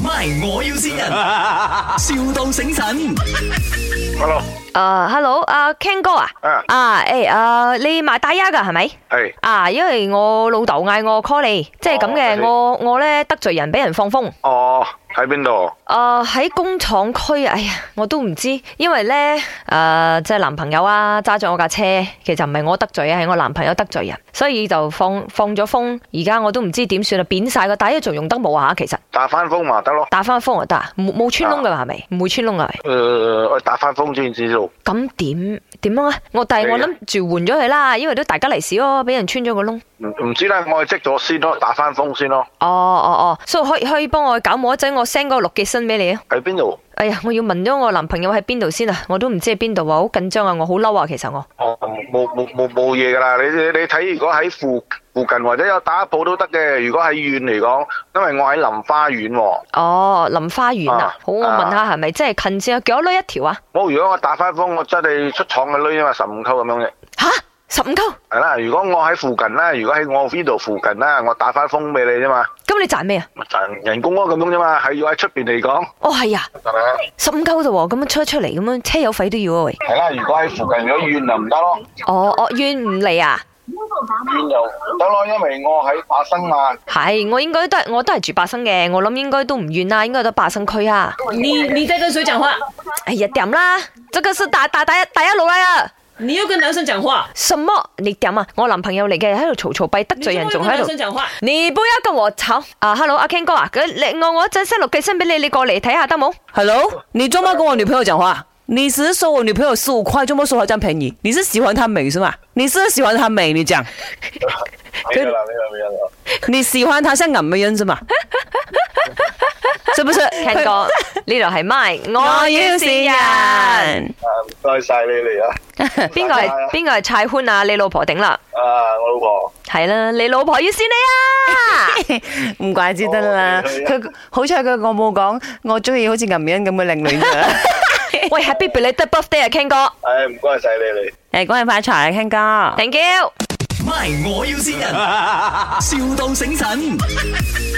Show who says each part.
Speaker 1: ，MY 我要先人，,笑到醒神。
Speaker 2: Hello，
Speaker 3: 誒，hello，阿呃 Ken 哥啊，
Speaker 2: 啊
Speaker 3: 啊，誒，誒，你賣大丫噶係咪？
Speaker 2: 係
Speaker 3: 啊，因為我老豆嗌我 call 你，即係咁嘅，我
Speaker 2: 哦
Speaker 3: 我咧得罪人，俾人放風。
Speaker 2: 哦，喺邊度？
Speaker 3: 誒，喺工廠區啊，哎呀，我都唔知，因為咧，誒、即係男朋友啊，揸咗我架車，其實唔係我得罪啊，係我男朋友得罪人，所以就放放咗風，而家我都唔知點算啦，啊扁晒個底，仲用得冇啊？其實
Speaker 2: 打翻風嘛得咯。
Speaker 3: 打翻風就得啊，冇冇穿窿噶嘛係咪？唔會穿窿啊？係咪
Speaker 2: 誒、我呃打翻風先知道。
Speaker 3: 咁點點樣啊？我但係我
Speaker 2: 你啊
Speaker 3: 諗住換咗佢啦，因為都大家嚟屎咯，俾人穿咗個窿。
Speaker 2: 唔唔知啦，我係積咗先咯，打翻風先咯。
Speaker 3: 哦哦哦，所以可以可以幫我搞冇一陣，我 send 個六嘅身俾你啊！
Speaker 2: 喺邊度？
Speaker 3: 哎呀，我要問咗我男朋友喺邊度先啊！我都唔知喺邊度啊，好緊張啊！我好嬲啊！其實我
Speaker 2: 哦，冇冇冇冇嘢噶啦。你你你睇，如果喺附附近或者有打鋪都得嘅。如果喺遠嚟講，因為我喺林花園喎、
Speaker 3: 哦林花園啊
Speaker 2: 啊，
Speaker 3: 好我問下係咪真係近先啊？幾多女一條啊？
Speaker 2: 我如果我打翻風，我真係出廠嘅女啊嘛，十五溝咁樣嘅。
Speaker 3: 吓十五溝，
Speaker 2: 係啦，如果我喺附近啦，如果喺我呢度附近啦，我打翻風俾你啫嘛，
Speaker 3: 咁你賺咩啊？
Speaker 2: 賺人工咯咁樣啫嘛，係要喺出邊嚟講。
Speaker 3: 哦係啊，
Speaker 2: 係咪啊
Speaker 3: 十五溝啫喎，咁樣出一出嚟咁樣車油費都要啊喂！
Speaker 2: 係啦，如果喺附近如果遠就唔得咯，
Speaker 3: 哦哦遠唔嚟啊？
Speaker 2: 遠就唔得咯，因為我喺巴生 嘛。
Speaker 3: 係我應該都係我都係住八生嘅，我諗應該都唔遠啦，應該都八生區啊。
Speaker 4: 你你在跟谁讲话？
Speaker 3: 哎呀，点啦！这个是打打打打一路来啊！
Speaker 4: 你又跟男生讲话？
Speaker 3: 什么？你点啊？我男朋友嚟嘅喺度嘈嘈閉，得
Speaker 4: 你
Speaker 3: 罪人
Speaker 4: 怎
Speaker 3: 仲
Speaker 4: 么会
Speaker 3: 喺
Speaker 4: 跟男
Speaker 3: 度
Speaker 4: 生。讲话？
Speaker 3: 你不要跟我吵啊！Hello，阿 Ken 哥啊，佢你我我一陣 send 錄寄聲俾你，你過嚟睇下得冇？
Speaker 5: Hello，你做乜跟我女朋友讲话？你只是说我女朋友十五块，做乜说她这样便宜？你是喜欢她美是吗？你是喜欢她美？你讲，
Speaker 2: 没有了，没有了，没有了。
Speaker 5: 你喜欢她像俺们人是吗？是不是
Speaker 3: Ken 哥，呢度係 My，我
Speaker 5: 我
Speaker 3: 要
Speaker 5: 要
Speaker 3: 線
Speaker 5: 是
Speaker 3: 人。
Speaker 5: 人，
Speaker 2: 啊，唔該晒你哋啊！
Speaker 3: 邊個係邊個係蔡歡啊？你老婆頂啦，
Speaker 2: 啊，我老婆，
Speaker 3: 係啦，你老婆要線 你啊！
Speaker 5: 唔怪之得啦。
Speaker 2: 哦係啊
Speaker 5: 佢好彩佢我冇讲，我中意好似岩人咁嘅靚女 啫。
Speaker 3: 喂，Happy belated birthday 啊，Ken 哥
Speaker 2: 唉，唔該晒你哋。
Speaker 5: 誒，恭喜發財啊，Ken 哥。
Speaker 3: ，Thank you。
Speaker 1: MY 我要先人，,笑到醒神。